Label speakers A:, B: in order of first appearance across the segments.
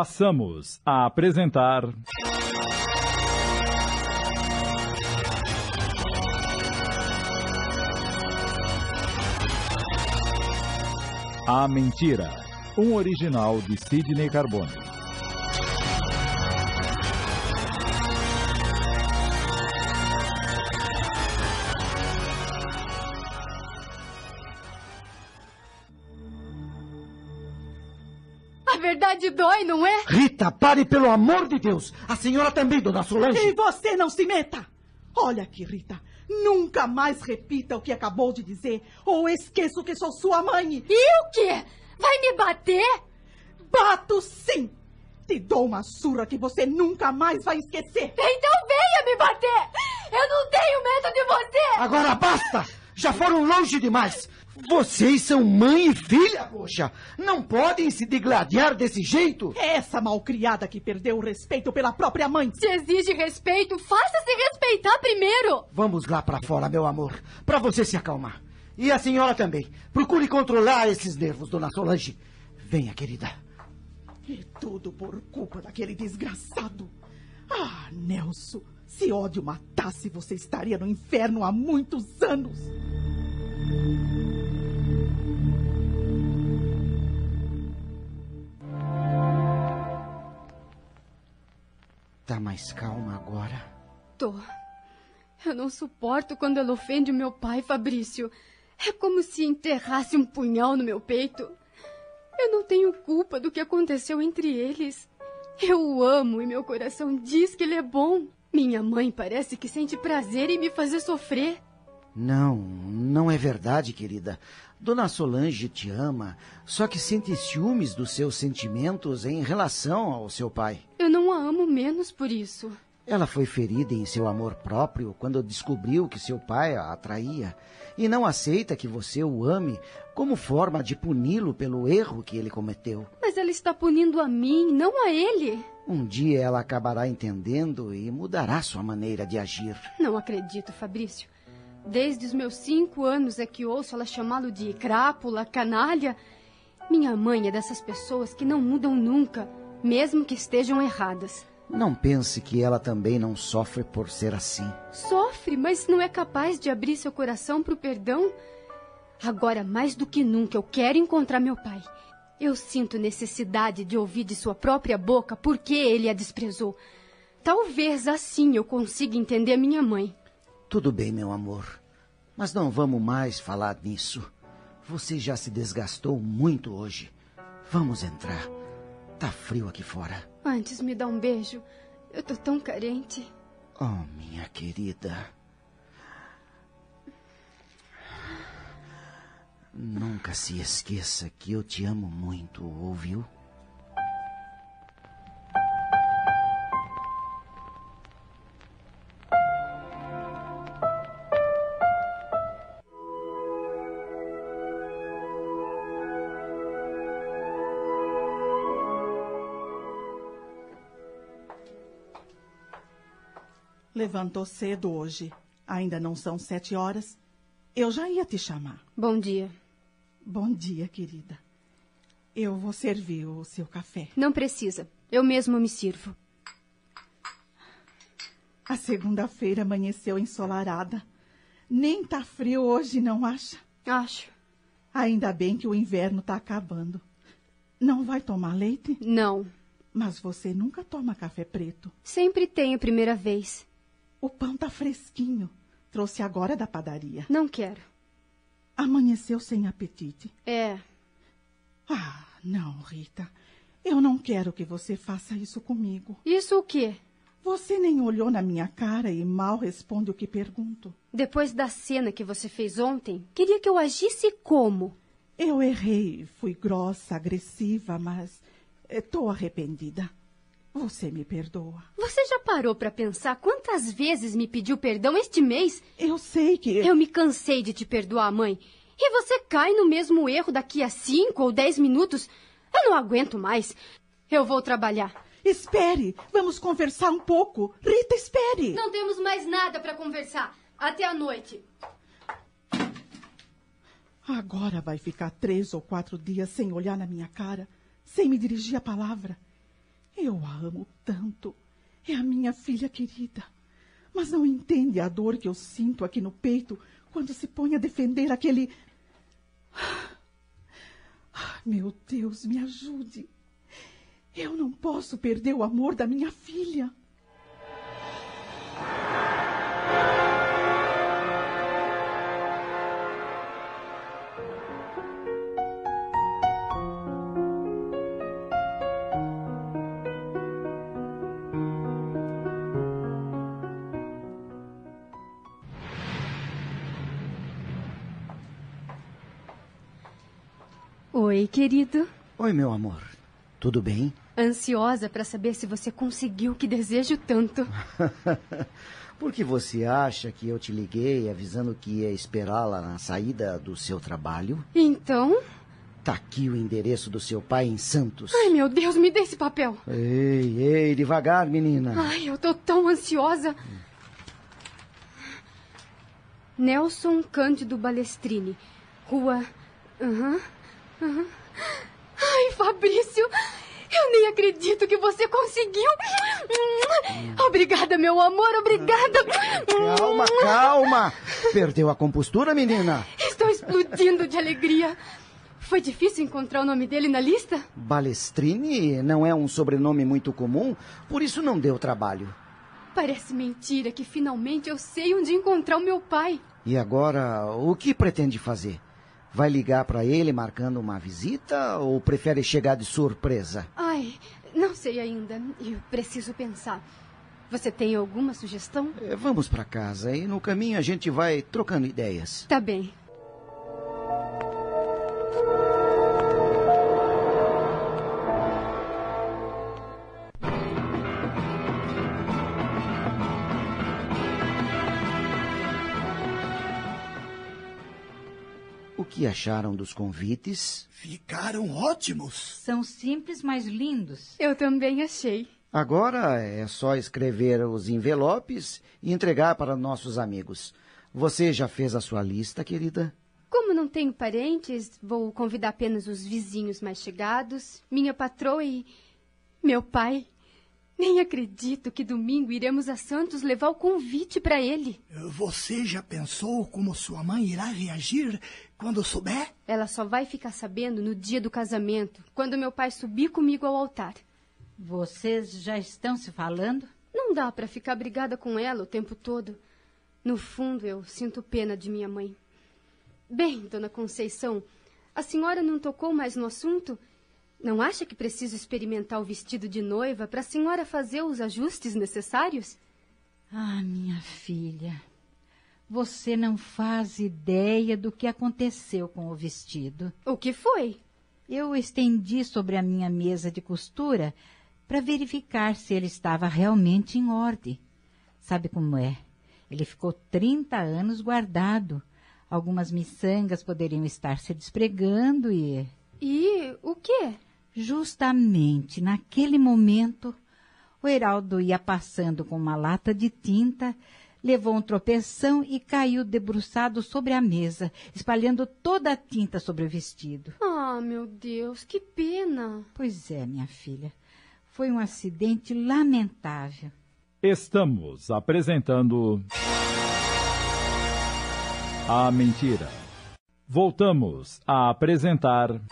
A: passamos a apresentar. A Mentira, um original de Sidney Carbone.
B: A verdade dói, não é?
C: Rita, pare pelo amor de Deus! A senhora também, dona
D: E
C: Solange!
D: você não se meta! Olha aqui, Rita. Nunca mais repita o que acabou de dizer, ou esqueço que sou sua mãe.
B: E o quê? Vai me bater?
D: Bato sim! Te dou uma surra que você nunca mais vai esquecer.
B: Então venha me bater! Eu não tenho medo de você!
C: Agora basta! Já foram longe demais! Vocês são mãe e filha, poxa! Não podem se degladiar desse jeito!
D: É Essa malcriada que perdeu o respeito pela própria mãe.
B: Se exige respeito, faça-se respeitar primeiro!
C: Vamos lá pra fora, meu amor, pra você se acalmar. E a senhora também. Procure controlar esses nervos, dona Solange. Venha, querida.
D: E tudo por culpa daquele desgraçado. Ah, Nelson, se ódio matasse, você estaria no inferno há muitos anos.
C: Tá mais calma agora?
B: Tô. Eu não suporto quando ela ofende meu pai, Fabrício. É como se enterrasse um punhal no meu peito. Eu não tenho culpa do que aconteceu entre eles. Eu o amo e meu coração diz que ele é bom. Minha mãe parece que sente prazer em me fazer sofrer.
C: Não, não é verdade, querida. Dona Solange te ama, só que sente ciúmes dos seus sentimentos em relação ao seu pai.
B: Eu não a amo menos por isso.
C: Ela foi ferida em seu amor próprio quando descobriu que seu pai a atraía e não aceita que você o ame como forma de puni-lo pelo erro que ele cometeu.
B: Mas ela está punindo a mim, não a ele.
C: Um dia ela acabará entendendo e mudará sua maneira de agir.
B: Não acredito, Fabrício. Desde os meus cinco anos é que ouço ela chamá-lo de crápula, canalha. Minha mãe é dessas pessoas que não mudam nunca, mesmo que estejam erradas.
C: Não pense que ela também não sofre por ser assim.
B: Sofre, mas não é capaz de abrir seu coração para o perdão. Agora, mais do que nunca, eu quero encontrar meu pai. Eu sinto necessidade de ouvir de sua própria boca por que ele a desprezou. Talvez assim eu consiga entender minha mãe.
C: Tudo bem, meu amor, mas não vamos mais falar nisso. Você já se desgastou muito hoje. Vamos entrar. Tá frio aqui fora.
B: Antes me dá um beijo. Eu tô tão carente.
C: Oh, minha querida. Nunca se esqueça que eu te amo muito, ouviu?
D: Levantou cedo hoje. Ainda não são sete horas. Eu já ia te chamar.
B: Bom dia.
D: Bom dia, querida. Eu vou servir o seu café.
B: Não precisa. Eu mesmo me sirvo.
D: A segunda-feira amanheceu ensolarada. Nem tá frio hoje, não acha?
B: Acho.
D: Ainda bem que o inverno tá acabando. Não vai tomar leite?
B: Não.
D: Mas você nunca toma café preto.
B: Sempre tenho a primeira vez.
D: O pão tá fresquinho. Trouxe agora da padaria.
B: Não quero.
D: Amanheceu sem apetite.
B: É.
D: Ah, não, Rita. Eu não quero que você faça isso comigo.
B: Isso o quê?
D: Você nem olhou na minha cara e mal responde o que pergunto.
B: Depois da cena que você fez ontem, queria que eu agisse como?
D: Eu errei, fui grossa, agressiva, mas estou arrependida. Você me perdoa.
B: Você já parou pra pensar quantas vezes me pediu perdão este mês?
D: Eu sei que.
B: Eu me cansei de te perdoar, mãe. E você cai no mesmo erro daqui a cinco ou dez minutos. Eu não aguento mais. Eu vou trabalhar.
D: Espere, vamos conversar um pouco. Rita, espere.
B: Não temos mais nada para conversar. Até a noite.
D: Agora vai ficar três ou quatro dias sem olhar na minha cara, sem me dirigir a palavra. Eu a amo tanto. É a minha filha querida. Mas não entende a dor que eu sinto aqui no peito quando se põe a defender aquele. Ah, meu Deus, me ajude. Eu não posso perder o amor da minha filha.
B: Oi, querido.
C: Oi, meu amor. Tudo bem?
B: Ansiosa para saber se você conseguiu o que desejo tanto.
C: Por que você acha que eu te liguei avisando que ia esperá-la na saída do seu trabalho?
B: Então.
C: Tá aqui o endereço do seu pai em Santos.
B: Ai, meu Deus, me dê esse papel.
C: Ei, ei, devagar, menina.
B: Ai, eu tô tão ansiosa. Nelson Cândido Balestrini, Rua. Aham. aham. Ai, Fabrício, eu nem acredito que você conseguiu. Obrigada, meu amor, obrigada.
C: Calma, calma. Perdeu a compostura, menina?
B: Estou explodindo de alegria. Foi difícil encontrar o nome dele na lista?
C: Balestrini não é um sobrenome muito comum, por isso não deu trabalho.
B: Parece mentira que finalmente eu sei onde encontrar o meu pai.
C: E agora, o que pretende fazer? Vai ligar pra ele marcando uma visita ou prefere chegar de surpresa?
B: Ai, não sei ainda. Eu preciso pensar. Você tem alguma sugestão?
C: Eh, Vamos pra casa e no caminho a gente vai trocando ideias.
B: Tá bem.
C: O que acharam dos convites?
E: Ficaram ótimos.
F: São simples, mas lindos.
B: Eu também achei.
C: Agora é só escrever os envelopes e entregar para nossos amigos. Você já fez a sua lista, querida?
B: Como não tenho parentes, vou convidar apenas os vizinhos mais chegados, minha patroa e meu pai. Nem acredito que domingo iremos a Santos levar o convite para ele.
E: Você já pensou como sua mãe irá reagir quando souber?
B: Ela só vai ficar sabendo no dia do casamento, quando meu pai subir comigo ao altar.
F: Vocês já estão se falando?
B: Não dá para ficar brigada com ela o tempo todo. No fundo, eu sinto pena de minha mãe. Bem, dona Conceição, a senhora não tocou mais no assunto? Não acha que preciso experimentar o vestido de noiva para a senhora fazer os ajustes necessários?
F: Ah, minha filha, você não faz ideia do que aconteceu com o vestido.
B: O que foi?
F: Eu o estendi sobre a minha mesa de costura para verificar se ele estava realmente em ordem. Sabe como é? Ele ficou 30 anos guardado. Algumas miçangas poderiam estar se despregando e
B: E o quê?
F: Justamente naquele momento, o Heraldo ia passando com uma lata de tinta, levou um tropeção e caiu debruçado sobre a mesa, espalhando toda a tinta sobre o vestido.
B: Ah, meu Deus, que pena!
F: Pois é, minha filha, foi um acidente lamentável.
A: Estamos apresentando. A Mentira. Voltamos a apresentar.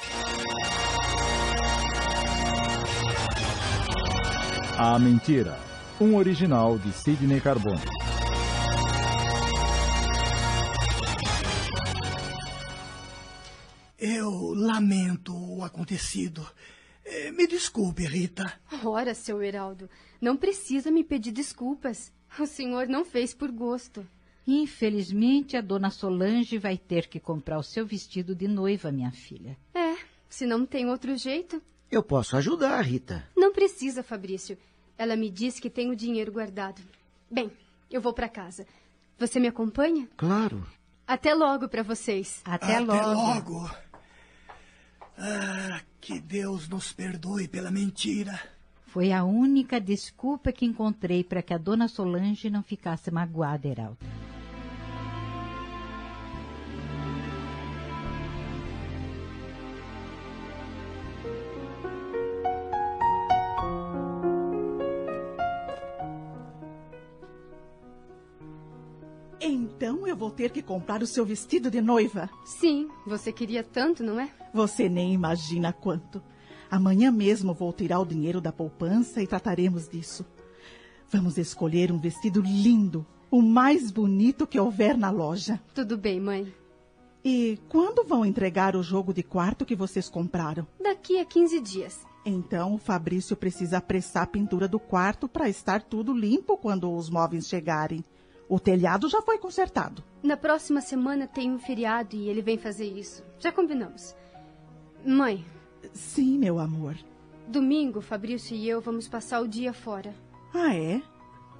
A: A Mentira. Um original de Sidney Carbone.
E: Eu lamento o acontecido. Eh, Me desculpe, Rita.
B: Ora, seu Heraldo, não precisa me pedir desculpas. O senhor não fez por gosto.
F: Infelizmente, a dona Solange vai ter que comprar o seu vestido de noiva, minha filha.
B: É, se não tem outro jeito,
C: Eu posso ajudar, Rita.
B: Não precisa, Fabrício. Ela me disse que tem o dinheiro guardado. Bem, eu vou para casa. Você me acompanha?
C: Claro.
B: Até logo para vocês.
F: Até, logo.
E: logo. Ah, que Deus nos perdoe pela mentira.
F: Foi a única desculpa que encontrei para que a dona Solange não ficasse magoada, Heraldo.
D: Então eu vou ter que comprar o seu vestido de noiva.
B: Sim, você queria tanto, não é?
D: Você nem imagina quanto. Amanhã mesmo vou tirar o dinheiro da poupança e trataremos disso. Vamos escolher um vestido lindo, o mais bonito que houver na loja.
B: Tudo bem, mãe.
D: E quando vão entregar o jogo de quarto que vocês compraram?
B: Daqui a 15 dias.
D: Então o Fabrício precisa apressar a pintura do quarto para estar tudo limpo quando os móveis chegarem. O telhado já foi consertado.
B: Na próxima semana tem um feriado e ele vem fazer isso. Já combinamos. Mãe,
D: Sim, meu amor.
B: domingo Fabrício e eu vamos passar o dia fora.
D: Ah, é?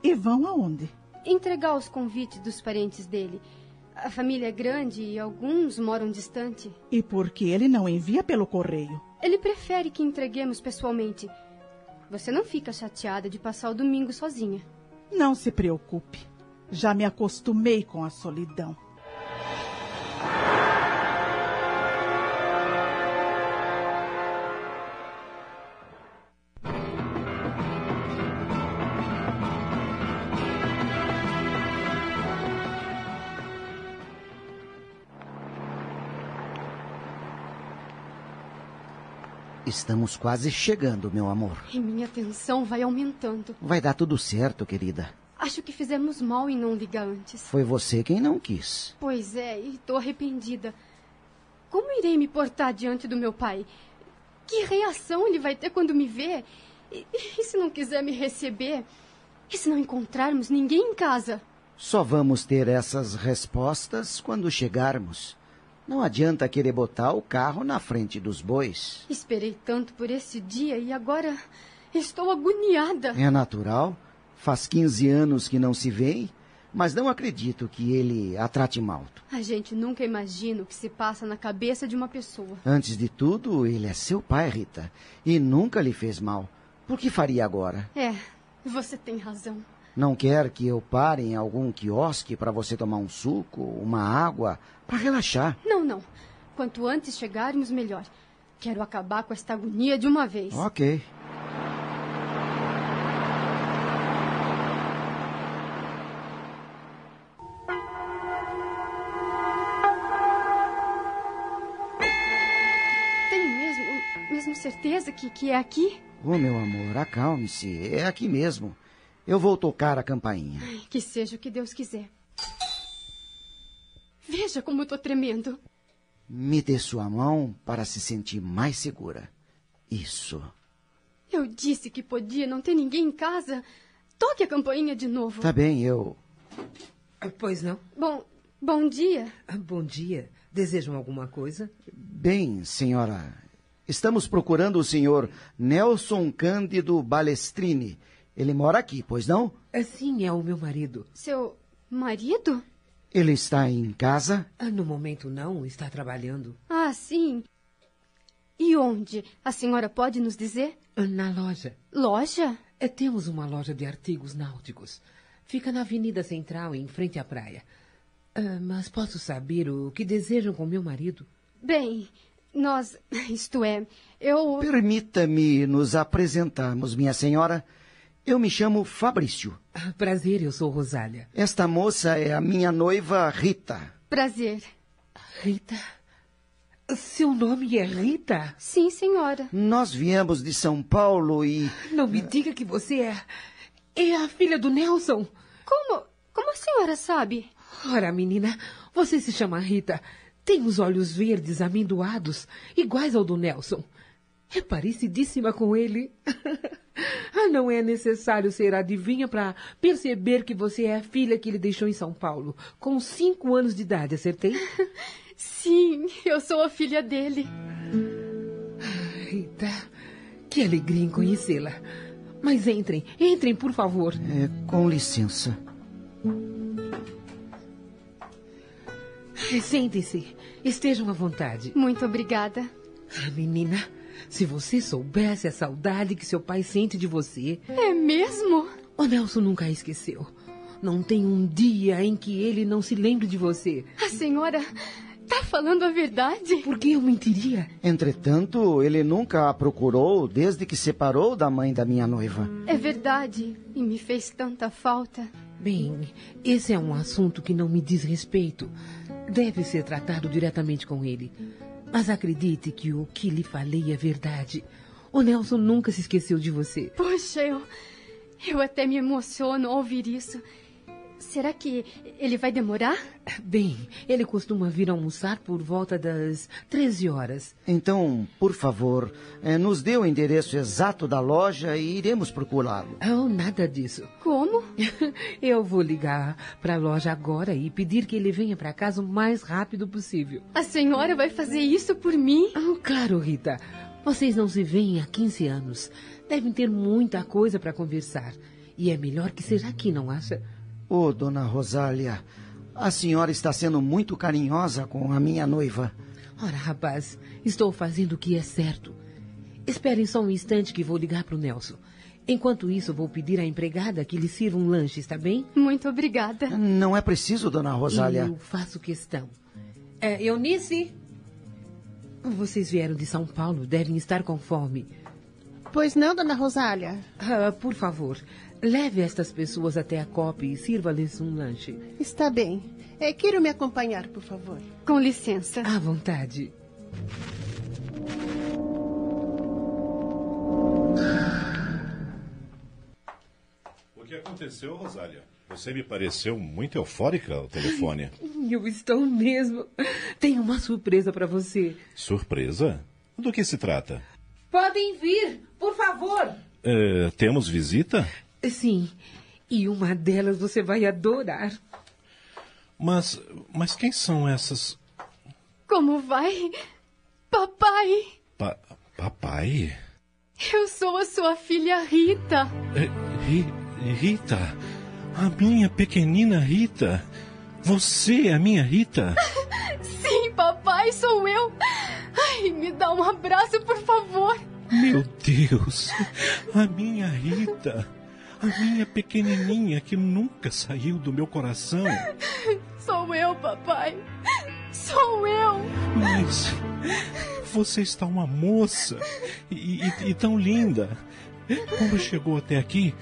D: E vão aonde?
B: Entregar os convites dos parentes dele. A família é grande e alguns moram distante.
D: E por que ele não envia pelo correio?
B: Ele prefere que entreguemos pessoalmente. Você não fica chateada de passar o domingo sozinha.
D: Não se preocupe. Já me acostumei com a solidão.
C: Estamos quase chegando, meu amor.
B: E minha tensão vai aumentando.
C: Vai dar tudo certo, querida.
B: Acho que fizemos mal em não ligar antes.
C: Foi você quem não quis.
B: Pois é, e tô arrependida. Como irei me portar diante do meu pai? Que reação ele vai ter quando me ver? E, e se não quiser me receber? E se não encontrarmos ninguém em casa?
C: Só vamos ter essas respostas quando chegarmos. Não adianta querer botar o carro na frente dos bois.
B: Esperei tanto por esse dia e agora estou agoniada.
C: É natural. Faz 15 anos que não se vê, mas não acredito que ele a trate mal.
B: A gente nunca imagina o que se passa na cabeça de uma pessoa.
C: Antes de tudo, ele é seu pai, Rita, e nunca lhe fez mal. Por que faria agora?
B: É, você tem razão.
C: Não quer que eu pare em algum quiosque para você tomar um suco, uma água, para relaxar?
B: Não, não. Quanto antes chegarmos, melhor. Quero acabar com esta agonia de uma vez.
C: Ok.
B: Tenho mesmo, mesmo certeza que, que é aqui?
C: Ô, meu amor, acalme-se. É aqui mesmo. Eu vou tocar a campainha.
B: Ai, Que seja o que Deus quiser. Veja como eu tô tremendo.
C: Me dê sua mão para se sentir mais segura. Isso.
B: Eu disse que podia não ter ninguém em casa. Toque a campainha de novo.
C: Tá bem, eu.
G: Ah, Pois não. Ah,
B: Bom, bom dia.
G: Bom dia. Desejam alguma coisa?
C: Bem, senhora. Estamos procurando o senhor Nelson Cândido Balestrini. Ele mora aqui, pois não?
G: Sim, é o meu marido.
B: Seu marido?
C: Ele está em casa?
G: Ah, No momento não, está trabalhando.
B: Ah, sim. E onde? A senhora pode nos dizer?
G: Ah, Na loja.
B: Loja?
G: É, Temos uma loja de artigos náuticos. Fica na Avenida Central, em frente à praia. Ah, Mas posso saber o que desejam com meu marido?
B: Bem, nós. Isto é, eu.
C: Permita-me nos apresentarmos, minha senhora. Eu me chamo Fabrício.
G: Ah, Prazer, eu sou Rosália.
C: Esta moça é a minha noiva Rita.
B: Prazer.
G: Rita? Seu nome é Rita?
B: Sim, senhora.
C: Nós viemos de São Paulo e.
G: Não me diga que você é. É a filha do Nelson.
B: Como. Como a senhora sabe?
G: Ora, menina, você se chama Rita. Tem os olhos verdes amendoados, iguais ao do Nelson. É parecidíssima com ele. ah, não é necessário ser adivinha para perceber que você é a filha que ele deixou em São Paulo, com cinco anos de idade, acertei?
B: Sim, eu sou a filha dele.
G: Rita, que alegria em conhecê-la. Mas entrem, entrem, por favor.
C: É, com licença.
G: Sentem-se, estejam à vontade.
B: Muito obrigada.
G: Ah, Menina, se você soubesse a saudade que seu pai sente de você,
B: É mesmo?
G: O Nelson nunca a esqueceu. Não tem um dia em que ele não se lembre de você.
B: A senhora tá falando a verdade?
G: Por que eu mentiria?
C: Entretanto, ele nunca a procurou desde que separou da mãe da minha noiva.
B: É verdade. E me fez tanta falta.
G: Bem, esse é um assunto que não me diz respeito. Deve ser tratado diretamente com ele. Mas acredite que o que lhe falei é verdade. O Nelson nunca se esqueceu de você.
B: Poxa, eu. Eu até me emociono ao ouvir isso. Será que ele vai demorar?
G: Bem, ele costuma vir almoçar por volta das 13 horas.
C: Então, por favor, eh, nos dê o endereço exato da loja e iremos procurá-lo.
G: Oh, nada disso.
B: Como?
G: Eu vou ligar para a loja agora e pedir que ele venha para casa o mais rápido possível.
B: A senhora vai fazer isso por mim?
G: Ah, claro, Rita. Vocês não se veem há 15 anos. Devem ter muita coisa para conversar. E é melhor que seja aqui, não acha?
C: Ô, dona Rosália, a senhora está sendo muito carinhosa com a minha noiva.
G: Ora, rapaz, estou fazendo o que é certo. Esperem só um instante que vou ligar para o Nelson. Enquanto isso, vou pedir à empregada que lhe sirva um lanche, está bem?
B: Muito obrigada.
C: Não é preciso, dona Rosália.
G: Eu faço questão. É, Eunice? Vocês vieram de São Paulo, devem estar com fome.
H: Pois não, dona Rosália?
G: Ah, por favor, leve estas pessoas até a COP e sirva-lhes um lanche.
H: Está bem. É, quero me acompanhar, por favor.
B: Com licença.
G: À vontade.
I: O que aconteceu, Rosália? Você me pareceu muito eufórica ao telefone.
G: Eu estou mesmo. Tenho uma surpresa para você.
I: Surpresa? Do que se trata?
G: Podem vir, por favor.
I: É, temos visita?
G: Sim, e uma delas você vai adorar.
I: Mas, mas quem são essas?
B: Como vai? Papai,
I: Pa- papai?
B: eu sou a sua filha Rita.
I: É, Ri- Rita? A minha pequenina Rita? Você é a minha Rita?
B: Sim, papai, sou eu. Ai, me dá um abraço, por favor.
I: Meu Deus! A minha Rita! A minha pequenininha que nunca saiu do meu coração!
B: Sou eu, papai. Sou eu.
I: Mas você está uma moça e, e- e tão linda. Como chegou até aqui?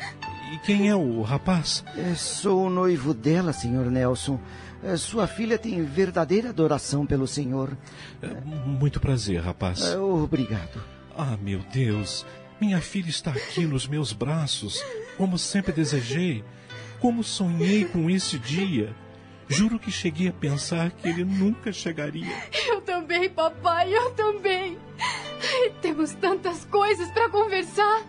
I: E quem é o rapaz?
C: Eh, Sou o noivo dela, senhor Nelson. Eh, Sua filha tem verdadeira adoração pelo senhor.
I: É, Muito prazer, rapaz.
C: Eh, Obrigado.
I: Ah, meu Deus! Minha filha está aqui nos meus braços, como sempre desejei. Como sonhei com esse dia. Juro que cheguei a pensar que ele nunca chegaria.
B: Eu também, papai, eu também. Ai, temos tantas coisas para conversar.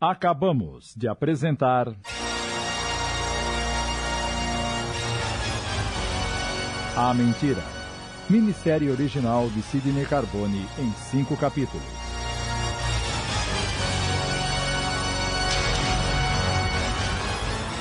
A: Acabamos de apresentar. A Mentira. Minissérie original de Sidney Carbone em cinco capítulos.